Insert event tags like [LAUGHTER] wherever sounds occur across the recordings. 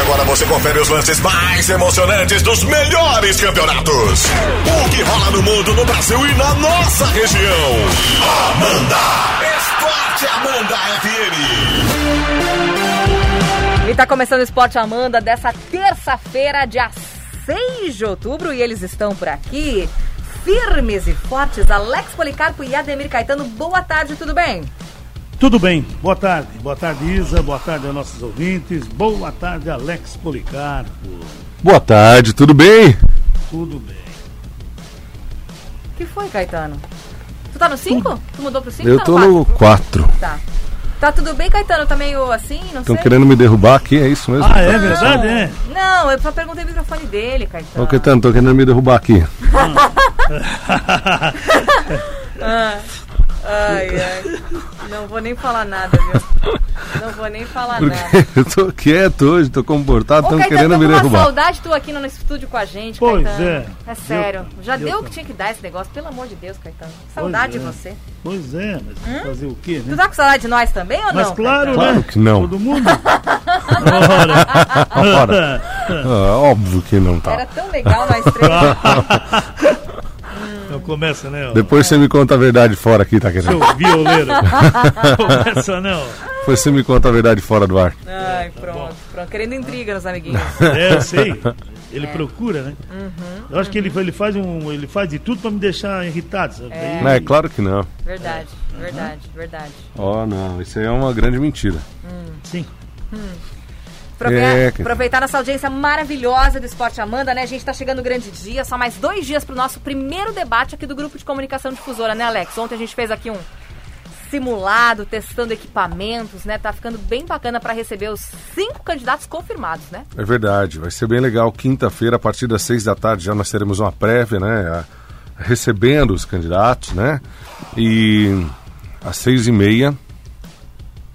Agora você confere os lances mais emocionantes dos melhores campeonatos. O que rola no mundo, no Brasil e na nossa região. Amanda! Esporte Amanda FM. E tá começando o Esporte Amanda dessa terça-feira, dia 6 de outubro, e eles estão por aqui. Firmes e fortes, Alex Policarpo e Ademir Caetano. Boa tarde, tudo bem? Tudo bem, boa tarde. Boa tarde, Isa. Boa tarde aos nossos ouvintes. Boa tarde, Alex Policarpo. Boa tarde, tudo bem? Tudo bem. que foi, Caetano? Tu tá no 5? Tu mudou pro 5? Eu tô no 4. Tá. Tá tudo bem, Caetano? Tá meio assim? Não Estão querendo me derrubar aqui, é isso mesmo? Ah, é verdade, não, é? Não, eu só perguntei o microfone dele, Caetano. Ô, Caetano, estão querendo me derrubar aqui. Ah, ai, ai. Não vou nem falar nada, viu? Não vou nem falar nada. Porque [LAUGHS] eu tô quieto hoje, tô comportado, Ô, estão Caetano, querendo eu tô me com uma derrubar. saudade tu aqui no estúdio com a gente, Pois Caetano. é. É sério. Eu- Já eu deu o tô- que tinha que dar esse negócio, pelo amor de Deus, Caetano. Saudade de Pois é. você. Pois é, mas fazer o quê, Tu né? tá com saudade de nós também ou Mas não? claro, Caetano? né? Claro que não. Todo [LAUGHS] mundo. Ora, ah, óbvio que não Era tá. tão legal nós [LAUGHS] três. Então começa, né? ó. Depois você me conta a verdade fora aqui, tá Seu querendo? [LAUGHS] violeiro. começa, né, não. Depois você me conta a verdade fora do ar. Ai, pronto, pronto. Querendo intriga nos amiguinhos. É, eu sei. Ele procura, né? Eu acho que ele, ele, faz um, ele faz de tudo pra me deixar irritado. sabe? Daí- Não, é claro que não. Verdade, verdade, verdade. Ó, não, isso aí é uma grande mentira. Sim. Aprove- É, cara. Aproveitar nossa audiência maravilhosa do Esporte Amanda, né? A gente tá chegando o grande dia, só mais dois dias pro nosso primeiro debate aqui do Grupo de Comunicação Difusora, né, Alex? Ontem a gente fez aqui um simulado, testando equipamentos, né? Tá ficando bem bacana pra receber os cinco candidatos confirmados, né? É verdade, vai ser bem legal. Quinta-feira, a partir das seis da tarde, já nós teremos uma prévia, né? a- recebendo os candidatos, né? E às seis e meia,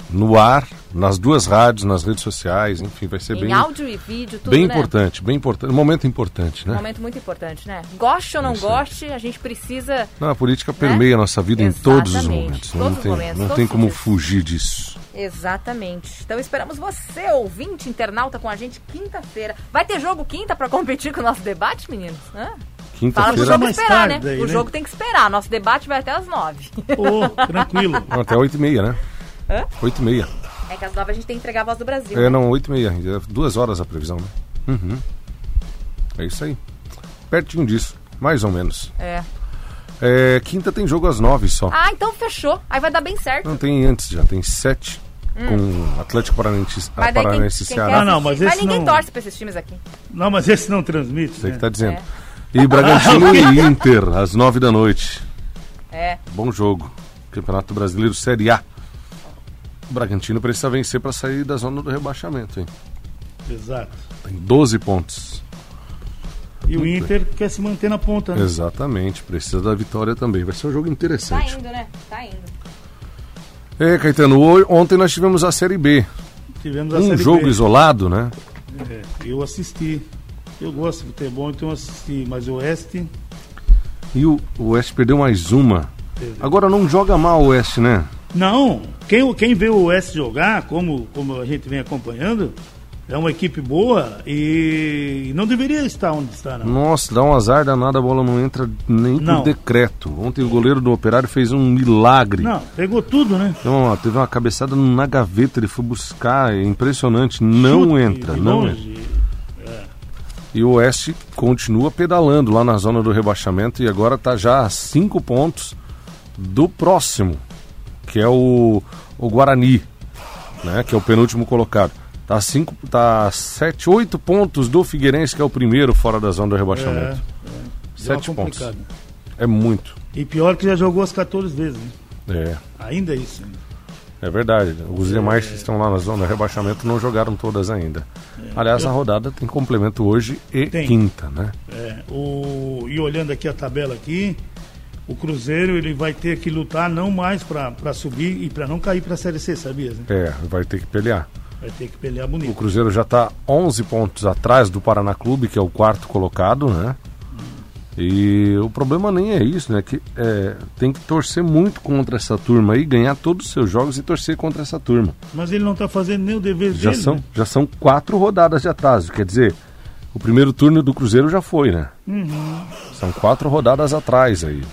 no ar, nas duas rádios, nas redes sociais, enfim, vai ser Em É bem, áudio e vídeo, tudo, bem né? importante, bem importante, um momento importante, Um né? momento muito importante, né? Goste ou não goste, a gente precisa Não, a política permeia a nossa vida em todos os Né? Exatamente, momentos. todos não os tem, momentos, não todos tem os como dias. fugir disso. Exatamente. Então esperamos você, ouvinte, internauta, com a gente quinta-feira. Vai ter jogo quinta pra competir com o nosso debate, meninos? Hã? Fala pro Quinta-feira. é jogo Mais esperar, tarde né? aí, o né? jogo tem que esperar. Nosso debate vai até as nove. Ô, tranquilo. Não, Até oito e meia, né? Hã? Oito e meia. É que às nove a gente tem que entregar a voz do Brasil. É, né? não, 8 e meia. é Duas horas a previsão, né? Uhum. É isso aí. Pertinho disso, mais ou menos. É. É, quinta tem jogo às nove só. Ah, então fechou. Aí vai dar bem certo. Não tem antes já, tem sete com Atlético Paranaense, Hum. Mas daí quem, Paranaense e quem Ceará. quer Ah, não, mas assistir- esse ninguém não- torce pra esses times aqui. Não, mas esse não transmite. Você né? que É. tá dizendo. [LAUGHS] E Bragantino e Inter, às nove da noite. É. Bom jogo. Campeonato Brasileiro Série A. O Bragantino precisa vencer para sair da zona do rebaixamento, hein? tá- Exato. Tem 12 pontos. E o Inter quer se manter na Hum. ponta, né? Exatamente, precisa da vitória também. Vai ser um jogo Tá interessante. indo, né? Tá indo. É, Caetano, ho- ontem nós tivemos a Série B. Tivemos a Um Série jogo B. isolado, né? É, eu assisti. Eu gosto de futebol, então eu assisti. Mas o Oeste, E o o Oeste perdeu mais uma. Agora não joga mal o Oeste, né? Não, quem, quem vê o Oeste jogar, como, como a gente vem acompanhando, é uma equipe boa e não deveria estar onde está, não. Nossa, dá um azar danado, a bola não entra nem Não. por decreto. Ontem o goleiro do Operário fez um milagre. Não, pegou tudo, né? Então, ó, teve uma cabeçada na gaveta, ele foi buscar, é impressionante. Não Chute entra, de não entra. longe. E o Oeste continua pedalando lá na zona do rebaixamento e agora está já a cinco pontos do próximo, que é o, o Guarani, né? Que é o penúltimo colocado. Tá cinco, tá sete, oito pontos do Figueirense que é o primeiro fora da zona do é, rebaixamento. Joga Sete pontos. complicado. É muito. E pior que já jogou as 14 vezes, né? É, Ainda é isso. né? é verdade. Os demais que estão lá na zona do rebaixamento não jogaram todas ainda. Aliás, a rodada tem complemento hoje e Tem. quinta, né? É, o, e olhando aqui a tabela aqui, o Cruzeiro ele vai ter que lutar não mais para subir e para não cair para a Série C, sabia? Né? É, vai ter que pelear. Vai ter que pelear O tá bonito. Cruzeiro já está 11 pontos atrás do Paraná Clube, que é o quarto colocado, né? E o problema nem é isso, né? Que é, tem que torcer muito contra essa turma aí, ganhar todos os seus jogos e torcer contra essa turma. Mas ele não está fazendo nem o dever Já, dele. são, né? já são quatro rodadas de atraso. Quer dizer, o primeiro turno do Cruzeiro já foi, né? Uhum. São quatro rodadas atrás aí.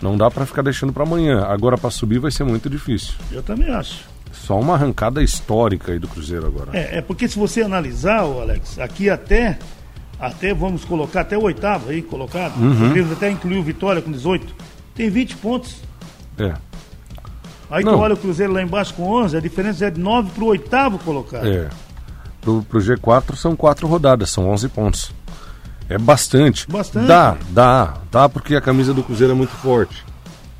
Não dá para ficar deixando para amanhã. Agora para subir vai ser muito difícil. Eu também acho. Só uma arrancada histórica aí do Cruzeiro agora. É, é porque se você analisar, ô Alex, aqui até, até vamos colocar até o oitavo aí colocado. Uhum. O Grêmio até incluiu o Vitória com 18. Tem 20 pontos. É, Aí Não. tu olha o Cruzeiro lá embaixo com 11, a diferença é de 9 para o oitavo colocado. é. Pro, pro G4 são quatro rodadas, são 11 pontos. É bastante. Bastante. Dá, dá, dá porque a camisa do Cruzeiro é muito forte.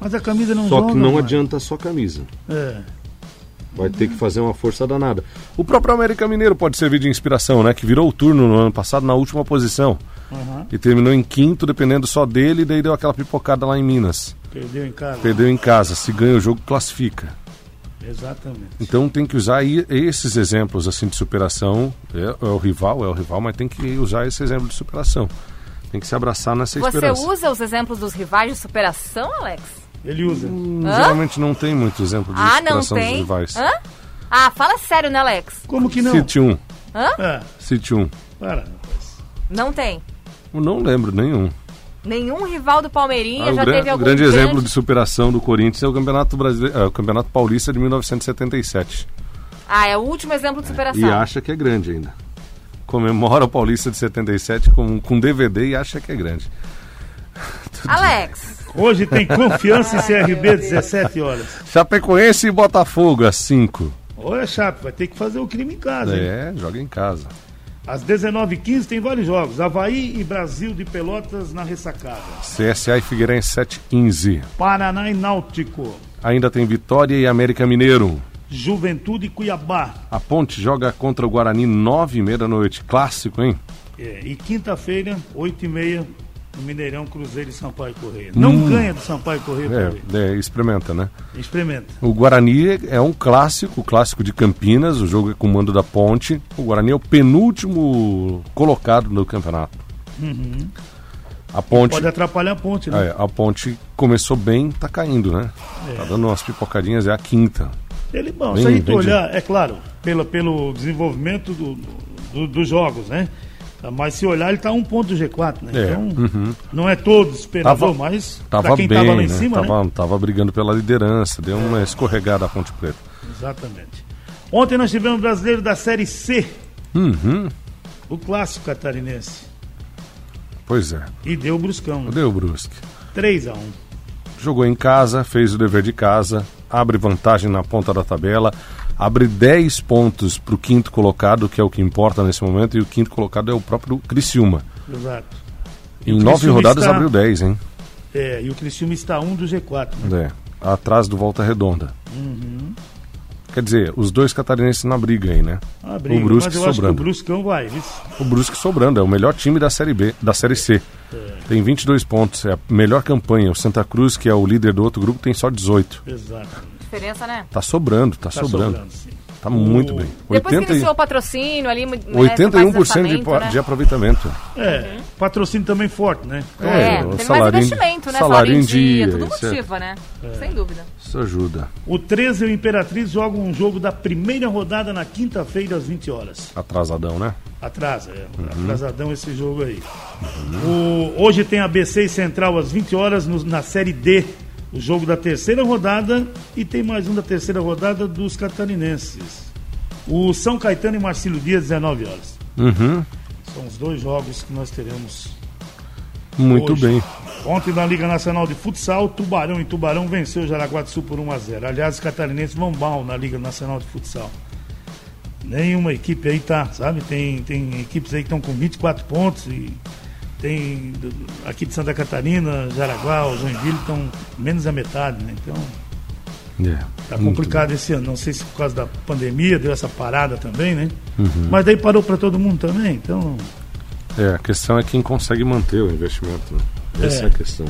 Mas a camisa não Só joga, que não mano. adianta só camisa. É. Vai ter que fazer uma força danada. O próprio América Mineiro pode servir de inspiração, né? Que virou o turno no ano passado na última posição. Aham. E terminou em quinto, dependendo só dele, e daí deu aquela pipocada lá em Minas. Perdeu em casa. Perdeu em casa, se ganha o jogo, classifica. Exatamente. Então tem que usar aí esses exemplos assim de superação. É, é o rival, é o rival, mas tem que usar esse exemplo de superação. Tem que se abraçar nessa Você esperança. usa os exemplos dos rivais de superação, Alex? Ele usa. Hum, Geralmente não tem muito exemplo de Ah, não superação dos tem? rivais. Hã? Ah, fala sério, né, Alex? Como que não? Cite um, Ah, cite um. para. rapaz. Não tem. Eu não lembro nenhum. Nenhum rival do Palmeirinha Ah, o já gran- teve o algum grande exemplo de superação do Corinthians é o Campeonato, Brasile- ah, o Campeonato Paulista de 1977. Ah, é o último exemplo de superação. E acha que é grande ainda. Comemora o Paulista de 77 com, com DVD e acha que é grande. Alex, Hoje tem confiança em CRB 17 horas. Chapecoense e Botafogo, às 5. Olha, Chape, vai ter que fazer o crime em casa. hein? É, joga em casa. Às 19h15 tem vários jogos. Havaí e Brasil de Pelotas na ressacada. CSA e Figueirense 7 15. Paraná e Náutico. Ainda tem Vitória e América Mineiro. Juventude e Cuiabá. A Ponte joga contra o Guarani 9 e meia da noite. Clássico, hein? É, e quinta-feira, 8h30, no Mineirão, Cruzeiro e Sampaio Correia. Não ganha do Sampaio Correia. Cauê. Hum. É, é, experimenta, né? Experimenta. O Guarani é um clássico, o clássico de Campinas, o jogo é com o mando da ponte. O Guarani é o penúltimo colocado no campeonato. A ponte. Pode atrapalhar a ponte, né? é, a ponte começou bem, tá caindo, né? Tá dando umas pipocadinhas, é a quinta. Ele, bom, Bem, se a gente entendi. olhar, é claro, pela, pelo desenvolvimento do, do- dos jogos, né? Mas se olhar, ele está um ponto do G4, né? É, Então, não é todo esperador, Tava- mas para Tava quem bem, estava lá né? em cima, né? tava, tava brigando pela liderança, deu uma escorregada a ponte preta. Exatamente. Ontem nós tivemos o brasileiro da Série C, Uhum, o clássico catarinense. pois é. E deu o Bruscão, né? Cadê o Brusque? 3x1. Jogou em casa, fez o dever de casa, abre vantagem na ponta da tabela, abre 10 pontos para o quinto colocado, que é o que importa nesse momento, e o quinto colocado é o próprio Criciúma. Exato. Em o nove Criciúma rodadas está- abriu 10, hein? É, e o Criciúma está um do G4. né? É, atrás do Volta Redonda. Uhum. Quer dizer, os dois catarinenses na briga aí, né? Uma briga, o mas Brusque eu acho que o sobrando. Bruscão vai. viu? O Brusque sobrando, é o melhor time da Série B, da Série C. Tem 22 pontos, é a melhor campanha. O Santa Cruz, que é o líder do outro grupo, tem só 18. Exato. diferença, né? Tá sobrando, tá, Tá sobrando. sobrando, sim. Tá muito O- bem. Depois que 80 e- iniciou o patrocínio ali, né, mais 81% de, lançamento, po- né? de aproveitamento. É, patrocínio também forte, né? É, o teve mais salário em- investimento, né? salário em dia, tudo etc. motiva, né? Sem dúvida. Isso ajuda. O 13 e o Imperatriz jogam um jogo da primeira rodada na quinta-feira às 20 horas. Atrasadão, né? Atrasa, é, atrasadão esse jogo aí. O- hoje tem ABC e Central às 20 horas no- na Série D, o jogo da terceira rodada e tem mais um da terceira rodada dos catarinenses. O São Caetano e Marcílio Dias, 19 horas. Uhum. São os dois jogos que nós teremos Muito Hoje. bem. Ontem na Liga Nacional de Futsal, Tubarão e Tubarão venceu o Jaraguá do Sul por 1 a 0. Aliás, os catarinenses vão mal na Liga Nacional de Futsal. Nenhuma equipe aí tá, sabe? Tem, tem equipes aí que estão com 24 pontos e tem do- aqui de Santa Catarina, Jaraguá, o Joinville estão menos da metade, né? Então, É, tá muito complicado esse ano. Não sei se por causa da pandemia deu essa parada também, né? Uhum. Mas daí parou para todo mundo também, então bem. É, a questão é quem consegue manter o investimento. né? Essa é, É. a questão.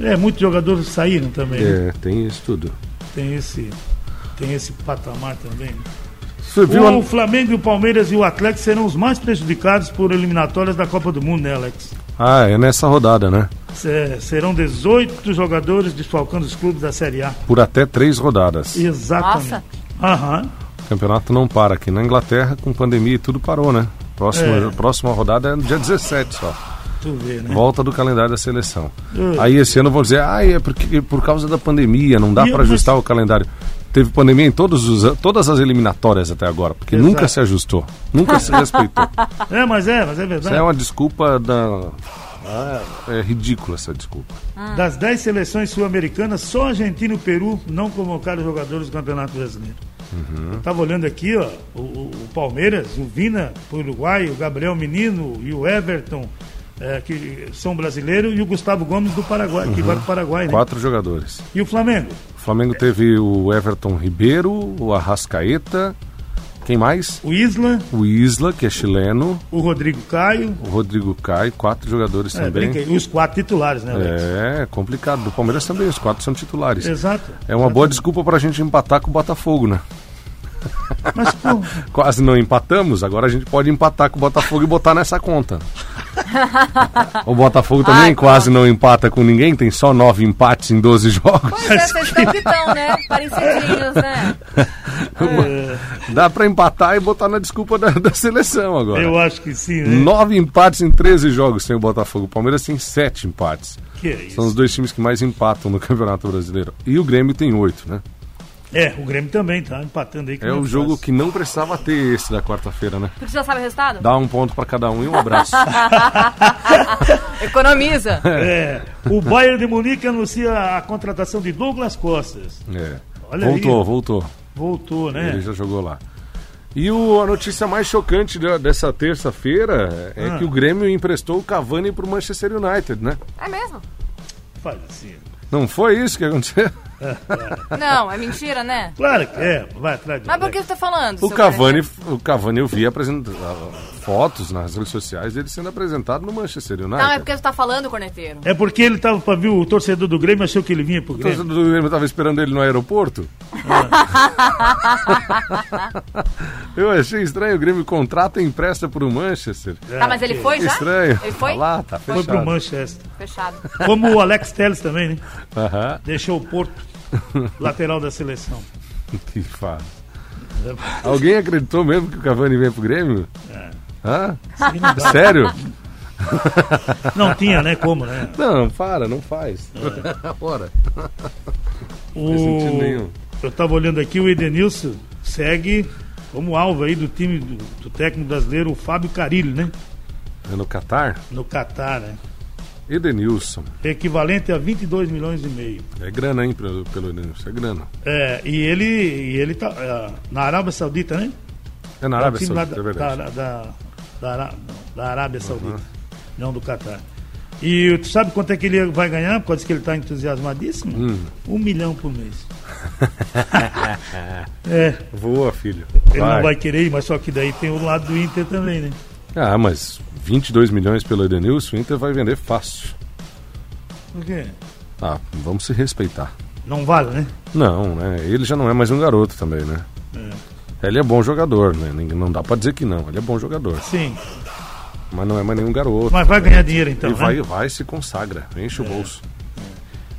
é, muitos jogadores saíram também. né? É, tem isso tudo. tem esse tem esse patamar também. né? Você viu O a... Flamengo, o Palmeiras e o Atlético serão os mais prejudicados por eliminatórias da Copa do Mundo, né, Alex? Ah, é nessa rodada, né? É, serão 18 jogadores desfalcando os clubes da Série A. Por até três rodadas. Exatamente. Nossa. Aham. O campeonato não para aqui. Na Inglaterra, com pandemia e tudo parou, né? Próxima, É. próxima rodada é no dia 17 só. Tu vê, né? Volta do calendário da seleção. Hum. Aí esse ano vão dizer, ah, é porque, por causa da pandemia, não dá E eu- para ajustar o calendário. Teve pandemia em todos os, an- todas as eliminatórias até agora, porque Exato. nunca se ajustou, nunca se respeitou. [LAUGHS] É, mas é, mas é Isso verdade. é uma desculpa da. Ah. É ridícula essa desculpa. Das 10 seleções sul-americanas, só Argentina e Peru não convocaram jogadores do Campeonato Brasileiro. Uhum. Eu tava olhando aqui, ó, o, o- o Palmeiras, o Vina, o Uruguai, o Gabriel Menino e o Everton, eh, que são brasileiros, e o Gustavo Gomes do Paraguai, que vai para o Paraguai, né? Uhum. Quatro jogadores. E o Flamengo? O Flamengo teve o Everton Ribeiro, o Arrascaeta, quem mais? O Isla, O Isla, que é chileno, o Rodrigo Caio, o Rodrigo Caio, quatro jogadores é, também. brinca aí, os quatro titulares, né, Alex? É, complicado. Do Palmeiras também, os quatro são titulares. Exato. É uma boa desculpa pra gente empatar com o Botafogo, né? Mas, pô, Quase não empatamos, agora a gente pode empatar com o Botafogo e botar nessa conta. o Botafogo também Ai, quase não empata com ninguém, tem só nove empates em 12 [LAUGHS] jogos. Pois é, vocês estão que estão, né? [LAUGHS] Parecidinhos, né? É. Dá pra empatar e botar na desculpa da, da seleção agora. eu acho que sim, [LAUGHS] né? Nove empates em 13 jogos tem o Botafogo. O Palmeiras tem sete empates. Que é isso. São os dois times que mais empatam no [LAUGHS] Campeonato Brasileiro. E o Grêmio tem oito, né? É, o Grêmio também tá empatando aí. que É não o jogo fácil. que não precisava ter esse da quarta-feira, né? Porque já sabe o resultado? Dá um ponto pra cada um e um [LAUGHS] abraço. [LAUGHS] Economiza. É, [LAUGHS] o Bayern de Munique anuncia a contratação de Douglas Costas. É. Olha voltou, aí. voltou. Voltou, Ele né? já jogou lá. E o- a notícia mais chocante da- dessa terça-feira é Ah. que o Grêmio emprestou o Cavani pro Manchester United, né? É mesmo? Faz assim. Não foi isso [LAUGHS] que aconteceu? Não, é mentira, né? Claro que é, vai atrás de Mas por Alex. que você tá falando? O seu Cavani, Fernando? o Cavani eu vi apresentar fotos nas redes sociais dele sendo apresentado no Manchester United. Não, é porque você tá falando, corneteiro. É porque ele tava pra ver o torcedor do Grêmio, achou que ele vinha pro O Grêmio. torcedor do Grêmio estava esperando ele no aeroporto? Eu achei estranho, o Grêmio contrata e empresta para o Manchester. Tá, mas ele foi já? Estranho. Ele foi? Tá lá, tá É, Foi fechado. pro Manchester. Fechado. Como o Alex Telles também, né? Aham. [LAUGHS] Deixou o Porto, lateral da seleção. Que fácil. Alguém acreditou mesmo que o Cavani veio pro Grêmio? É. Hã? Sério? Não tinha, né? Como, né? Não, para, não faz. Bora. sentido nenhum. O... Eu tava olhando aqui, o Edenilson segue como alvo aí do time do, do técnico brasileiro, o Fábio Carilho, né? É no Catar? No Catar, né? Edenilson. Equivalente a 22 milhões e meio. É grana, hein, pelo, pelo Edenilson? É grana. É, e ele, e ele tá é, na Arábia Saudita, né? É na É o Arábia time lá Saudita, é da, verdade. da, da, da, Ará- não, da Arábia Saudita, não do Catar. E tu sabe quanto é que ele vai ganhar? Por causa que ele está entusiasmadíssimo? Hum. Um milhão por [LAUGHS] mês. é, Voa, filho. ele não vai querer ir, mas só que daí tem o lado do Inter também, né? Ah, mas 22 milhões pelo Edenilson, o Inter vai vender fácil. Por quê? Ah, vamos se respeitar. Não vale, né? Não, né? Ele já não é mais um garoto também, né? Ele é bom jogador, né? Ninguém- Não dá pra dizer que não. Ele é bom jogador. Sim. Mas não é mais nenhum garoto. Mas vai ganhar dinheiro então, Ele né? É. vai, vai e se consagra, enche o bolso.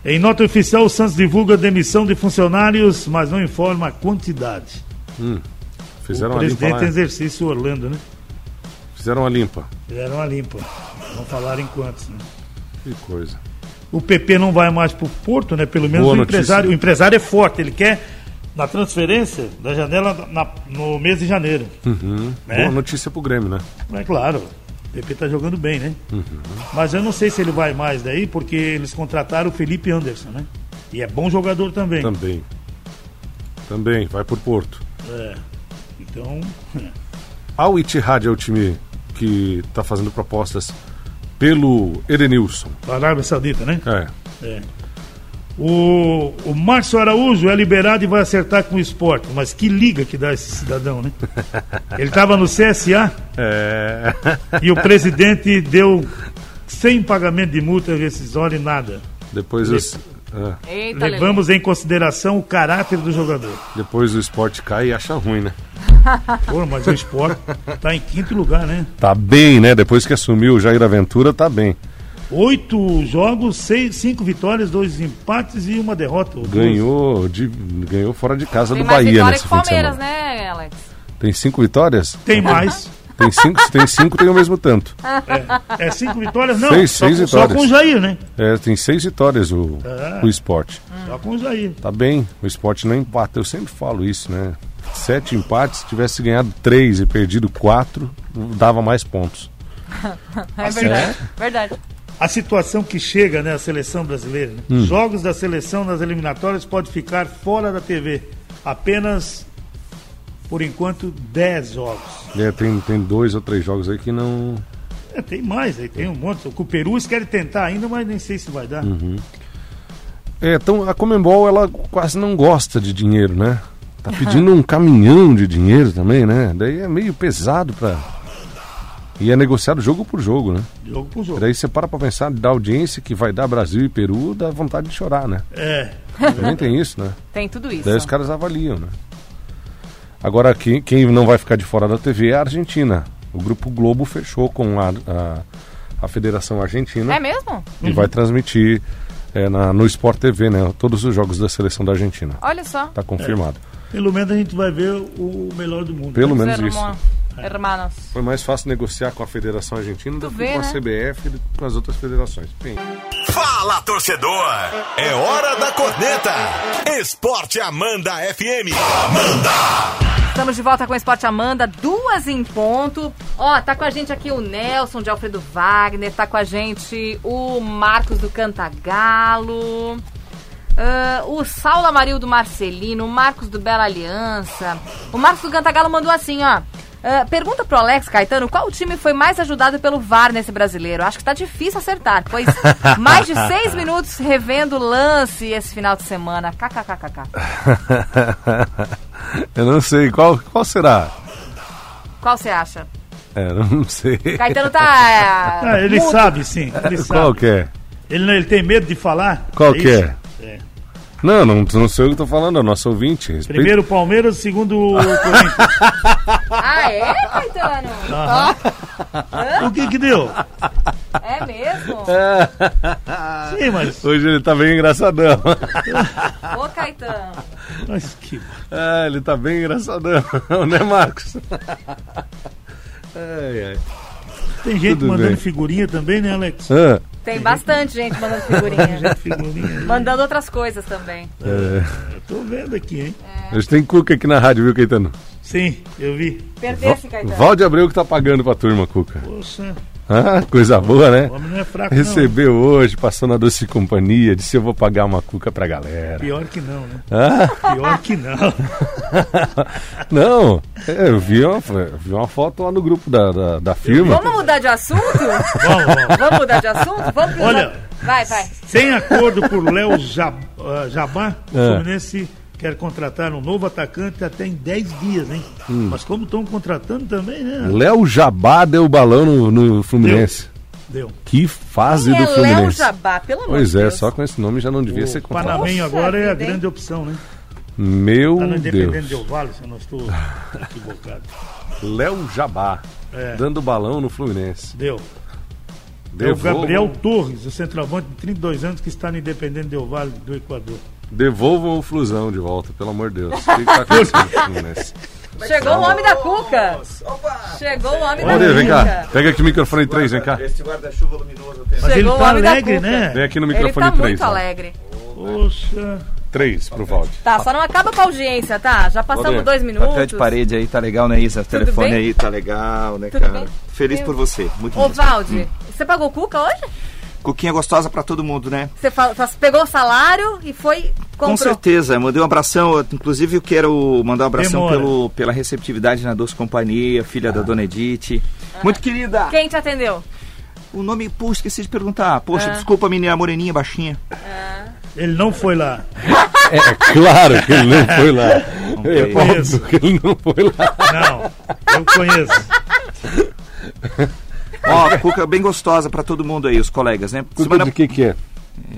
Em nota oficial, o Santos divulga demissão de funcionários, mas não informa a quantidade. Fizeram o a limpa. presidente Lá, em né? exercício Orlando, né? Fizeram a limpa. Fizeram a limpa. Não falaram em quantos, né? Que coisa. O PP não vai mais pro Porto, né? Pelo menos Boa o notícia. empresário, o empresário é forte, ele quer na transferência da janela na- no mês de janeiro. Né? Uhum. Boa notícia Uhum. pro Grêmio, né? É claro. O PP tá jogando bem, né? Mas eu não sei se ele vai mais daí, porque eles contrataram o Felipe Anderson, né? E é bom jogador também. Também. Também, vai por Porto. É. Então, Al Ittihad é o time que tá fazendo propostas pelo Edenilson. da Arábia Saudita, né? É. É. O, o Márcio Araújo é liberado e vai acertar com o esporte. Mas que liga que dá esse cidadão, [LAUGHS] né? Ele estava no CSA É. e o presidente deu sem pagamento de multa rescisória e nada. Depois os. é. Eita, Lelê. Levamos em consideração o caráter do jogador. Depois o esporte cai e acha ruim, né? Pô, mas o esporte está em quinto lugar, né? Tá bem, né? Depois que assumiu o Jair Aventura, tá bem. Oito jogos, seis, cinco vitórias, dois empates e uma derrota. ou duas. Ganhou, de, ganhou fora de casa Tem do mais Bahia vitória nesse que fim de Palmeiras, semana. né, Alex? Tem cinco vitórias? Tem mais. Tem cinco, se tem cinco, tem o mesmo tanto. É, é cinco vitórias, não. Seis- só, seis com- vitórias. só com o Jair, né? É, tem seis vitórias o, Ah. o esporte. Só com o Jair. Tá bem, o esporte não empata. Eu sempre falo isso, né? Sete empates, se tivesse ganhado três e perdido quatro, dava mais pontos. É verdade. Verdade. A situação que chega, né, a seleção brasileira. né? Hum. Jogos da seleção nas eliminatórias pode ficar fora da TV. Apenas, por enquanto, 10 jogos. É, tem, tem dois ou três jogos aí que não. É, tem mais aí, tem um monte. O Perus quer tentar ainda, mas nem sei se vai dar. Uhum. É, então a Comembol ela quase não gosta de dinheiro, né? Tá pedindo um caminhão de dinheiro também, né? Daí é meio pesado pra. E é negociado jogo por jogo, né? Jogo por jogo. Daí você para pra pensar da audiência que vai dar Brasil e Peru, dá vontade de chorar, né? É, Também tem isso, né? Tem tudo isso. Daí os caras avaliam, né? Agora, quem, quem não vai ficar de fora da TV é a Argentina. O Grupo Globo fechou com a, a, a Federação Argentina É mesmo? e vai transmitir é, na, no Sport TV, né? Todos os jogos da seleção da Argentina. Olha só. Tá confirmado. pelo menos a gente vai ver o melhor do mundo. né? Pelo menos isso. Irmão- Hermanos. Foi mais fácil negociar com a Federação Argentina do que vê, com a né? CBF e do que com as outras federações. Bem, Fala torcedor, é hora da corneta. Esporte Amanda FM. Estamos de volta com o Esporte Amanda, duas em ponto. Ó, tá com a gente aqui o Nelson de Alfredo Wagner, tá com a gente o Marcos do Cantagalo, ah, o Saulo Amarildo Marcelino, o Marcos do Bela Aliança. O Marcos do Cantagalo mandou assim, ó. ah, pergunta pro Alex Caetano qual time foi mais ajudado pelo VAR nesse brasileiro. Acho que tá difícil acertar, pois mais de seis minutos revendo o lance esse final de semana. KKKKK. [LAUGHS] eu não sei qual, qual será. Qual você acha? É, eu não sei. Caetano tá. Ah, ele mudo. sabe sim, ele Qual sabe. que é? Ele, não- ele tem medo de falar? Qual que isso? é? Não, não, não sei o que eu tô falando, é o nosso ouvinte. Respeita- Primeiro o Palmeiras, segundo o [LAUGHS] Corinthians. Ah, é, Caetano? o que que deu? É mesmo? Sim, mas, Hoje ele tá bem engraçadão. [LAUGHS] É. Ô, Caetano. mas que... ah, ele tá bem engraçadão, [LAUGHS] né, Marcos? ai, ai. Tem gente Tudo mandando bem. figurinha também, né, Alex? Ah, Tem bastante gente mandando figurinha. Figurinha. Mandando outras coisas também. é. Eu tô vendo aqui, hein? Hoje tem Cuca aqui na rádio, viu, Caetano? Sim, eu vi. Perdesse, Caetano. Valde Abreu que tá pagando pra turma, Cuca. Poxa, Ah, coisa boa, né? o homem não é fraco, Recebeu hoje, passou na doce companhia, disse eu vou pagar uma cuca pra não. galera. Pior que não, né? Ah, Pior que não. não, é, eu vi uma, eu vi uma foto lá no grupo da, da, da firma. Vamos mudar de assunto? Vamos, vamos. Vamos mudar de assunto? Vamos pro- Olha. Vai, vai. Sem acordo por Léo Jab- ah, Jabá, o É. Fluminense quer contratar um novo atacante até em 10 dias, hein? Hum. Mas como estão contratando também, né? Léo Jabá deu balão no, no Fluminense. Deu. Que fase Quem é do Léo Fluminense. Jabá, pelo amor Pois de é, Deus. só com esse nome já não devia ser O contado. Panamenho Poxa agora é a vida, hein? grande opção, né? Meu Tá no Independente Um Deus. Del Vale, se eu não [LAUGHS] estou equivocado. Léo Jabá. É. Dando balão no Fluminense. Deu. É o Devolvam, Gabriel Torres, o centroavante de 32 anos que está no Independente Del Vale do Equador. devolvam o Flusão de volta, pelo amor de Deus. O que, [LAUGHS] que tá acontecendo com o Fluminense? Chegou o homem da cuca. Chegou o homem da Olha, cuca. vem cá. Pega aqui o microfone 3, vem cá. Este guarda-chuva luminoso tem. Mas Chegou ele o tá homem da alegre, cuca. Vem né? aqui no Ele microfone tá 3. muito alegre. Poxa. 3 pro Valde. Tá, só não acaba com a audiência, tá? Já passamos Valdir, dois minutos. Papel de parede aí, tá legal, né, Isa? Telefone bem? aí, tá legal, né, Tudo cara? bem? Feliz Eu- por você. Muito Ô, mesmo. Valde, você pagou cuca hoje? Coquinha gostosa pra todo mundo, né? Você fa- fa- pegou o salário e foi Com comprou. certeza, mandei um abração, eu, inclusive eu quero mandar um abração Demora. pelo, pela receptividade na Doce Companhia, filha Ah. da Dona Edith. Muito querida! Quem te atendeu? O nome, pô, esqueci de perguntar. Poxa, Ah. desculpa, menina moreninha, baixinha. Ele não foi lá. É claro que ele não foi lá. É tem óbvio isso. que ele não foi lá. Não, eu conheço. Ó, cuca bem gostosa pra todo mundo aí, os colegas, né? Cuca Semana... de que que é?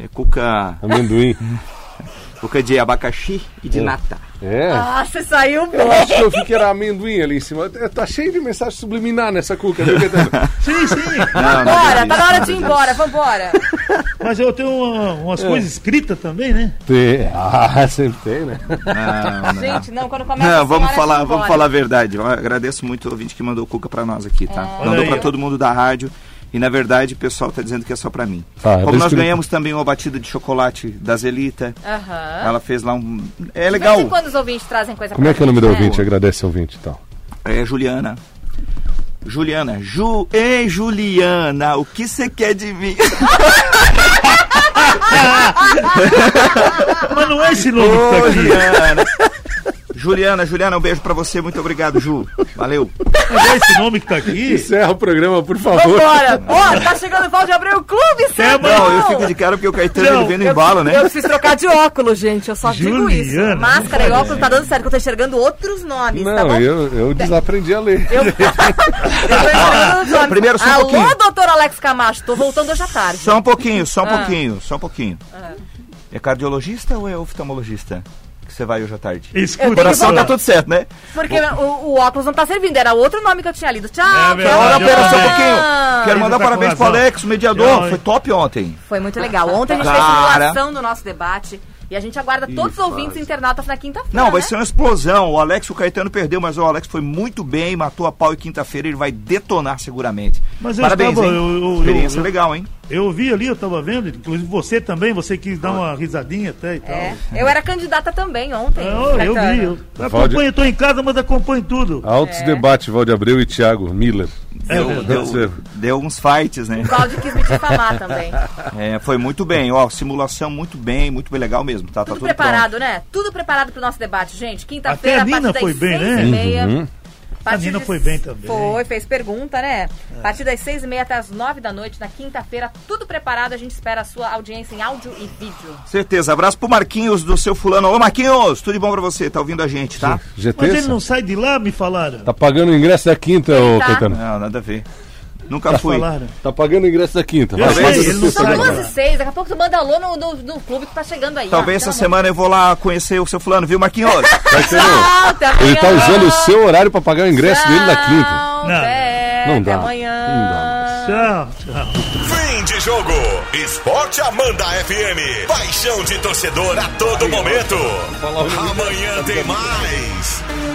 é, Cuca... Amendoim. Boca de abacaxi e de nata. É. Ah, você saiu [LAUGHS] Eu bom. acho que eu vi que era amendoim ali em cima. É, Tá cheio de mensagem subliminar nessa cuca, viu, Caetano? Sim, sim. Não, não Bora, acredito. tá na hora de ir embora, vambora. Mas eu tenho uma- umas coisas escritas também, né? [LAUGHS] Tem. Ah, sempre tem, né? Não, não. Gente, não, quando começa Não, assim, vamos hora de ir falar, vamos embora. falar a verdade. Eu agradeço muito o ouvinte que mandou cuca pra nós aqui, É. tá? Olha Mandou aí, pra ó. todo mundo da rádio. E na verdade o pessoal tá dizendo que é só pra mim. Tá, eu Como nós descobri- ganhamos também uma batida de chocolate da Zelita, Aham. ela fez lá um. É De vez legal. em quando os ouvintes trazem coisa Como é pra que é o nome do gente, né? ouvinte? Agradece ao ouvinte então. e tal. É Juliana. Juliana, Ju, ei Juliana, o que você quer de mim? Mas não é esse nome que tá aqui. Juliana. Juliana, Juliana, um beijo pra você, muito obrigado, Ju. Valeu. Mas é esse nome que tá aqui. Encerra o programa, por favor. Vambora! Ó, tá chegando o pau de abrir o clube, Sandrão! É, Não, eu fico de cara porque o Caetano Não, ele vem no embalo, né? Eu preciso trocar de óculos, gente. Eu só digo isso. Juliana, Máscara e óculos tá dando certo, que eu tô enxergando outros nomes, tá bom? Não, eu, eu desaprendi a ler. Eu- eu tô enxergando [LAUGHS] outros nomes. Primeiro, só um Alô, pouquinho. doutor Alex Camacho, tô voltando hoje à tarde. Só um pouquinho, só um Ah. pouquinho, só um pouquinho. É cardiologista ou é oftalmologista? Que você vai hoje à tarde? Escuta. Coração só. tá tudo certo, né? Porque o, o óculos não tá servindo, era outro nome que eu tinha lido. Tchau, É tchau. verdade. Olha, pera só um Ah. pouquinho. Quero Ele mandar tá com parabéns pro razão. Alex, o mediador. Não, Foi hein? top ontem. Foi muito legal. Ontem a gente fez Cara. simulação do nosso debate e a gente aguarda todos os ouvintes internautas na quinta-feira. Não, vai né? ser uma explosão. O Alex, o Caetano perdeu, mas o Alex foi muito bem, matou a pau e quinta-feira ele vai detonar seguramente. Mas eu Parabéns, estava- hein? eu- eu- Experiência eu- eu- legal, hein? Eu vi ali, eu tava vendo, inclusive você também, você quis dar uma risadinha até e um- tal. É. Eu era candidata também ontem. Eu, eu Caetano. vi, eu Valdir- acompanho, eu tô em casa, mas acompanho tudo. Altos É. debates, Valde Abreu e Thiago Miller. É Deu, verdade. deu, deu uns fights, né? O Valdir quis me difamar [LAUGHS] também. É, foi muito bem, ó. Simulação muito bem, muito bem legal mesmo. Tá, tá Tudo tudo preparado, pronto. né? Tudo preparado pro nosso debate, gente. Até Quinta-feira, a Nina partir das foi bem, seis né? e meia. Uhum. partir A Nina de- foi bem também. É. Foi, fez pergunta, né? A partir das seis e meia até as nove da noite, na quinta-feira, tudo preparado. A gente espera a sua audiência em áudio e vídeo. Certeza. Abraço pro Marquinhos do seu fulano. Ô, Marquinhos, tudo de bom pra você? Tá ouvindo a gente, tá? GT? Mas ele não sai de lá, me falaram. Tá pagando o ingresso da quinta, ô Tá. Caetano. Não, nada a ver. Nunca fui. Falaram. Tá pagando o ingresso da quinta. Eu tá Talvez sei, ele não São sai. de duas e lá. seis. Daqui a pouco tu manda alô no, no, no clube que tá chegando aí. Talvez ó, essa semana eu vou lá conhecer o seu fulano, viu, Marquinhos? Caetano, Não, até amanhã. ele tá usando o seu horário pra pagar o ingresso dele da quinta. Não, Não. é, Não até dá. amanhã. Não dá. Tchau, tchau. Fim de jogo. Esporte Amanda FM. Paixão de torcedor a todo momento. Amanhã tem mais.